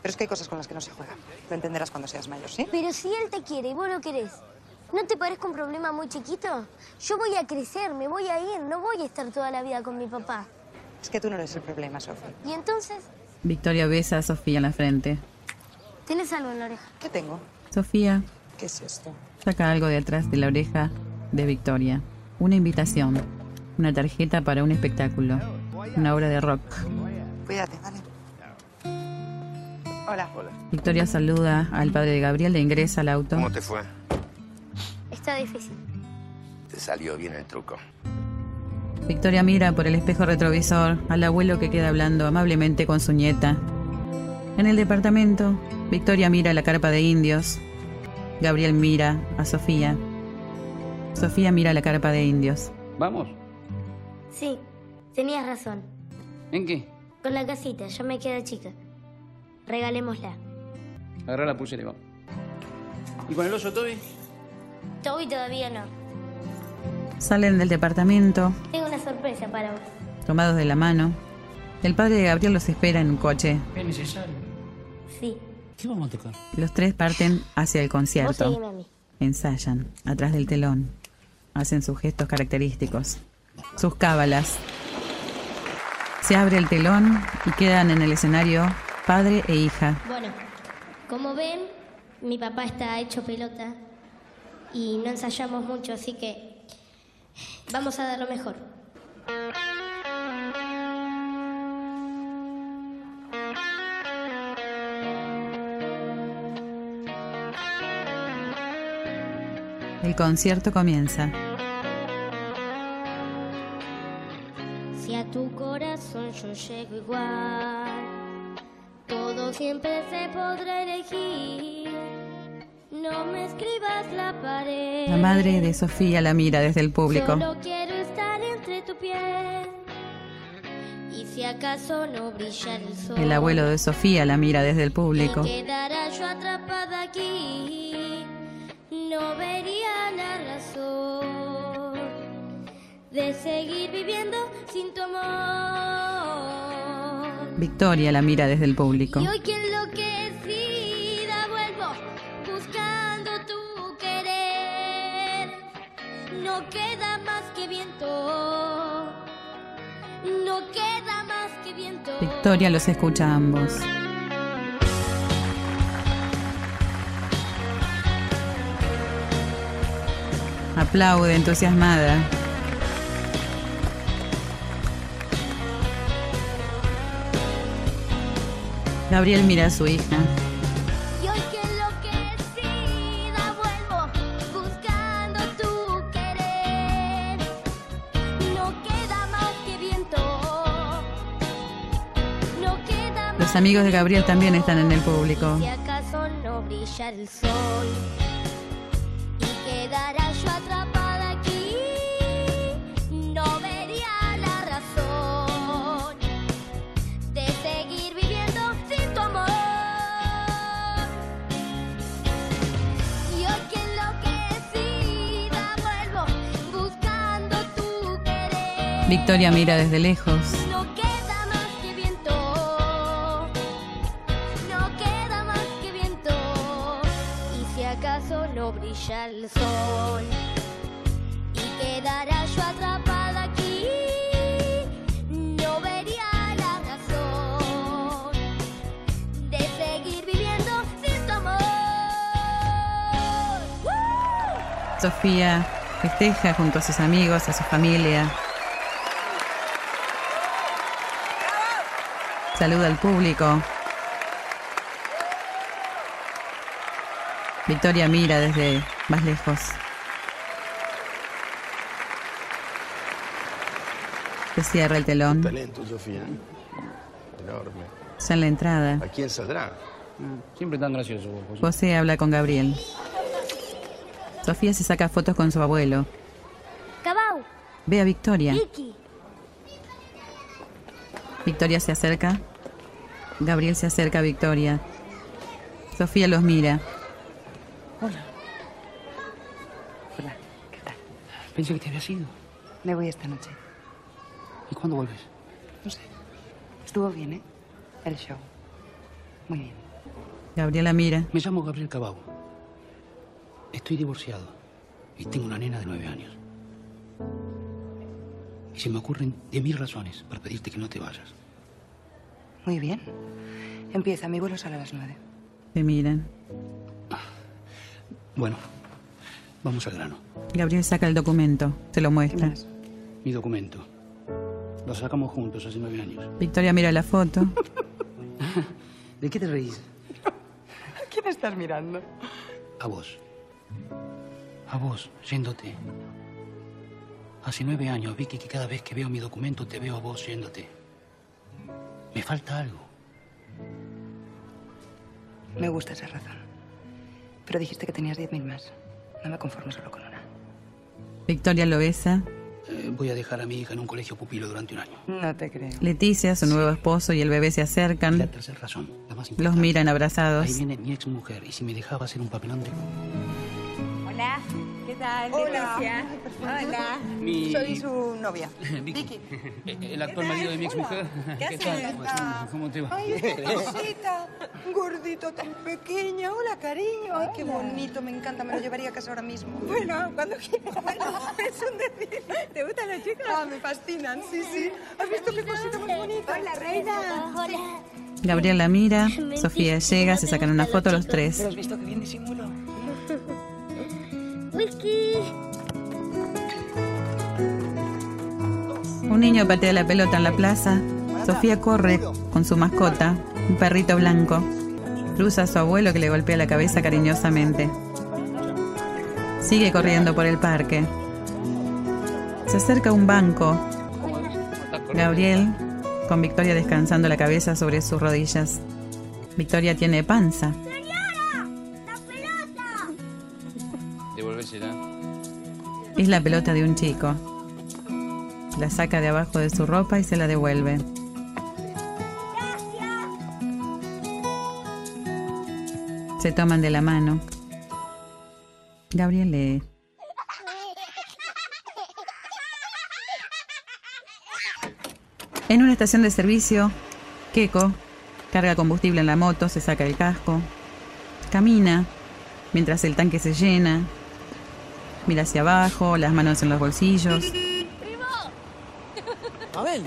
Pero es que hay cosas con las que no se juega. Lo entenderás cuando seas mayor, ¿sí? Pero si él te quiere y vos no querés, ¿no te parezca un problema muy chiquito? Yo voy a crecer, me voy a ir, no voy a estar toda la vida con mi papá. Es que tú no eres el problema, Sofía. Y entonces, Victoria besa a Sofía en la frente. tenés algo en la oreja. ¿Qué tengo? Sofía ¿Qué es esto? saca algo de atrás de la oreja de Victoria. Una invitación. Una tarjeta para un espectáculo. Una obra de rock. Cuídate, ¿vale? Hola. Victoria saluda al padre de Gabriel, le ingresa al auto. ¿Cómo te fue? Está difícil. Te salió bien el truco. Victoria mira por el espejo retrovisor al abuelo que queda hablando amablemente con su nieta. En el departamento, Victoria mira la carpa de indios. Gabriel mira a Sofía. Sofía mira la carpa de indios. ¿Vamos? Sí, tenías razón. ¿En qué? Con la casita, ya me queda chica. Regalémosla. Agarra la pulsera y vamos. ¿Y con el oso Toby? Toby todavía no. Salen del departamento, Tengo una sorpresa para vos. tomados de la mano. El padre de Gabriel los espera en un coche. ¿Es necesario? Sí. ¿Qué vamos a tocar? Los tres parten hacia el Vos seguime concierto. a mí. Ensayan, atrás del telón. Hacen sus gestos característicos, sus cábalas. Se abre el telón y quedan en el escenario padre e hija. Bueno, como ven, mi papá está hecho pelota y no ensayamos mucho, así que vamos a dar lo mejor. El concierto comienza. Si a tu corazón yo llego igual, todo siempre se podrá elegir. No me escribas la pared. La madre de Sofía la mira desde el público. Solo quiero estar entre tu piel. Y si acaso no brilla el sol, El abuelo de Sofía la mira desde el público. me quedará yo atrapada aquí. No vería la razón de seguir viviendo sin tu amor. Victoria la mira desde el público. Y hoy que enloquecida vuelvo buscando tu querer. No queda más que viento. No queda más que viento. Victoria los escucha a ambos. Aplaude entusiasmada. Gabriel mira a su hija. Y hoy que enloquecida vuelvo buscando tu querer. No queda más que viento. No queda más Los amigos de Gabriel también están en el público. Si acaso no brilla el sol y quedará yo atrapada aquí, no vería la razón de seguir viviendo sin tu amor. Y hoy que enloquecida vuelvo buscando tu querer. Victoria mira desde lejos. No queda más que viento. No queda más que viento. Y si acaso no brilla el sol. Y quedará yo atrapada aquí. No vería la razón de seguir viviendo sin tu amor. Sofía festeja junto a sus amigos, a su familia. Saluda al público. Victoria mira desde más lejos. Se cierra el telón. Talento, Sofía. ¿eh? Enorme. Ya en la entrada, ¿A quién saldrá? Siempre tan gracioso vos, José. José habla con Gabriel. Sofía se saca fotos con su abuelo. Cabau, Ve a Victoria. Vicky. Victoria se acerca. Gabriel se acerca a Victoria. Sofía los mira. Pensé que te había sido. Me voy esta noche. ¿Y cuándo vuelves? No sé. Estuvo bien, ¿eh? El show. Muy bien. Gabriela mira. Me llamo Gabriel Cabau. Estoy divorciado y tengo una nena de nueve años. Y se me ocurren diez mil razones para pedirte que no te vayas. Muy bien. Empieza, mi vuelo sale a las nueve. Se miran. Bueno, vamos al grano. Gabriel saca el documento. Se lo muestra. Mi documento. Lo sacamos juntos hace nueve años. Victoria mira la foto. ¿De qué te reís? ¿A quién estás mirando? A vos. A vos, yéndote. Hace nueve años, Vicky, que cada vez que veo mi documento te veo a vos yéndote. Me falta algo. Me gusta esa razón. Pero dijiste que tenías diez mil más. No me conformo solo con una. Victoria lo besa. Eh, voy a dejar a mi hija en un colegio pupilo durante un año. No te creo. Leticia, su nuevo esposo y el bebé se acercan. Tercera razón, la más Los importante. miran abrazados. Ahí viene mi ex mujer y si me dejaba hacer un papelón de... Hola, ¿qué tal? Leticia. Hola. Mi- Soy su novia. Vicky. El actual marido de mi exmujer. ¿Qué haces? ¿Cómo estás? ¿Cómo te va? Ay, esta cosita, un gordito tan pequeño. Hola, cariño. Ay, qué bonito, me encanta. Me lo llevaría a casa ahora mismo. Bueno, cuando quieras. Bueno, es un decir. ¿Te gustan los chicos? Ah, me fascinan, sí, sí. ¿Has visto qué cosita más bonita? Hola, reina. Hola. Gabriela mira, Sofía llega, se sacan una foto los tres. ¿Pero has visto que bien disimulo? Whisky. Un niño patea la pelota en la plaza. Sofía corre con su mascota, un perrito blanco. Cruza a su abuelo que le golpea la cabeza cariñosamente. Sigue corriendo por el parque. Se acerca a un banco. Gabriel, con Victoria descansando la cabeza sobre sus rodillas. Victoria tiene panza. Devolvésela. Es la pelota de un chico. La saca de abajo de su ropa y se la devuelve. Se toman de la mano. Gabriel lee. En una estación de servicio, Keko carga combustible en la moto, se saca el casco, camina mientras el tanque se llena, mira hacia abajo, las manos en los bolsillos. Abel,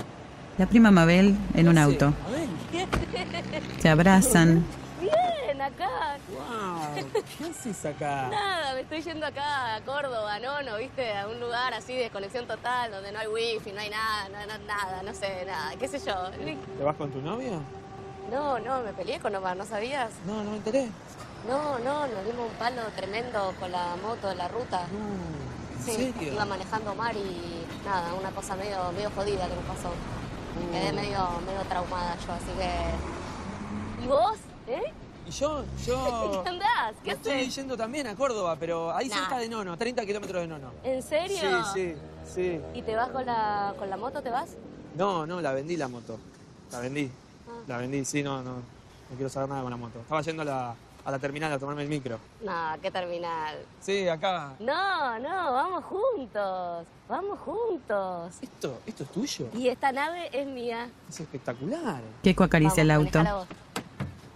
La prima Mabel en Ah, un auto. Abel. Se abrazan. Bien, acá. Wow, ¿qué haces acá? Nada, me estoy yendo acá a Córdoba, no, no, viste, a un lugar así de desconexión total, donde no hay wifi, no hay nada, no, no- nada, no sé, nada, qué sé yo. ¿Te vas con tu novia? No, no, me peleé con Omar, ¿no sabías? No, no me enteré. No, no, nos dimos un palo tremendo con la moto de la ruta. ¿en sí, serio? iba manejando Omar y nada, una cosa medio, medio jodida que me pasó. Uh. Quedé medio, medio traumada yo, así que. ¿Y vos? ¿Eh? Y yo, yo. ¿Qué andás? ¿Qué Me estoy haces? yendo también a Córdoba, pero ahí Nah. cerca de Nono, 30 kilómetros de Nono. ¿En serio? Sí, sí, sí. ¿Y te vas con la, con la moto? ¿Te vas? No, no, la vendí la moto. La vendí. La vendí, sí, no, no. No quiero saber nada con la moto. Estaba yendo a la, a la terminal a tomarme el micro. No, qué terminal. Sí, acá. No, no, vamos juntos. Vamos juntos. ¿Esto, esto es tuyo? Y esta nave es mía. Es espectacular. Keiko acaricia el auto. manejala vos.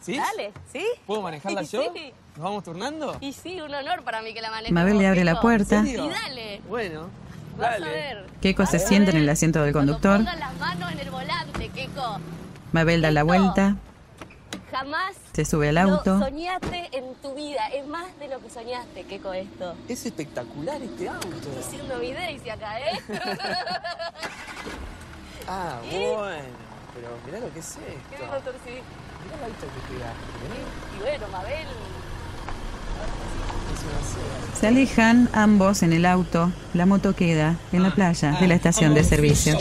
¿Sí? Dale, ¿sí? ¿Puedo manejarla yo? Sí. ¿Nos vamos turnando? Y sí, un honor para mí que la maneje. Mabel vos, le abre la Keiko. puerta. Y dale. Bueno, Vas a ver. Keiko se sienta en el asiento del conductor. Ponga las manos en el volante, Keiko. Mabel da la vuelta. Jamás Se sube al auto. lo soñaste en tu vida. Es más de lo que soñaste, Keiko, esto. Es espectacular este auto. Estoy haciendo mi Daisy acá, ¿eh? Ah, ¿Eh? ¿Y? bueno. Pero mirá lo que es esto. Qué motorcito. Mirá el auto que pegaste. Y bueno, Mabel. Es una seda. Se alejan ambos en el auto. La moto queda en la playa ah, de la estación de servicio.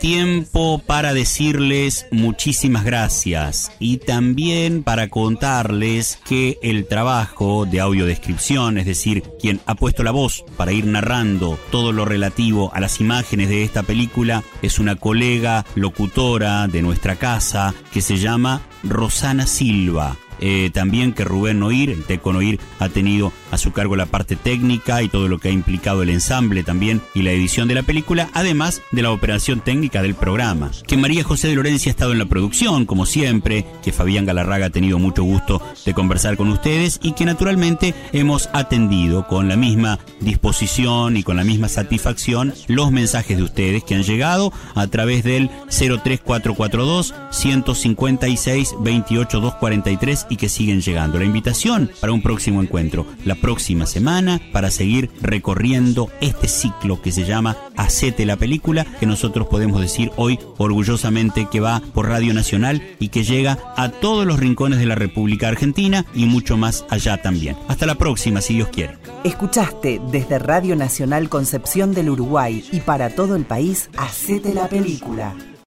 Tiempo para decirles muchísimas gracias y también para contarles que el trabajo de audiodescripción, es decir, quien ha puesto la voz para ir narrando todo lo relativo a las imágenes de esta película, es una colega locutora de nuestra casa que se llama Rosana Silva. Eh, también que Rubén Noir, el Teco Noir, ha tenido a su cargo la parte técnica y todo lo que ha implicado el ensamble también y la edición de la película, además de la operación técnica del programa. Que María José de Lorencia ha estado en la producción, como siempre, que Fabián Galarraga ha tenido mucho gusto de conversar con ustedes y que naturalmente hemos atendido con la misma disposición y con la misma satisfacción los mensajes de ustedes que han llegado a través del 03442 156 28 243 y que siguen llegando. La invitación para un próximo encuentro la próxima semana para seguir recorriendo este ciclo que se llama Hacete la película que nosotros podemos decir hoy orgullosamente que va por Radio Nacional y que llega a todos los rincones de la República Argentina y mucho más allá también. Hasta la próxima si Dios quiere. Escuchaste desde Radio Nacional Concepción del Uruguay y para todo el país, Hacete la película.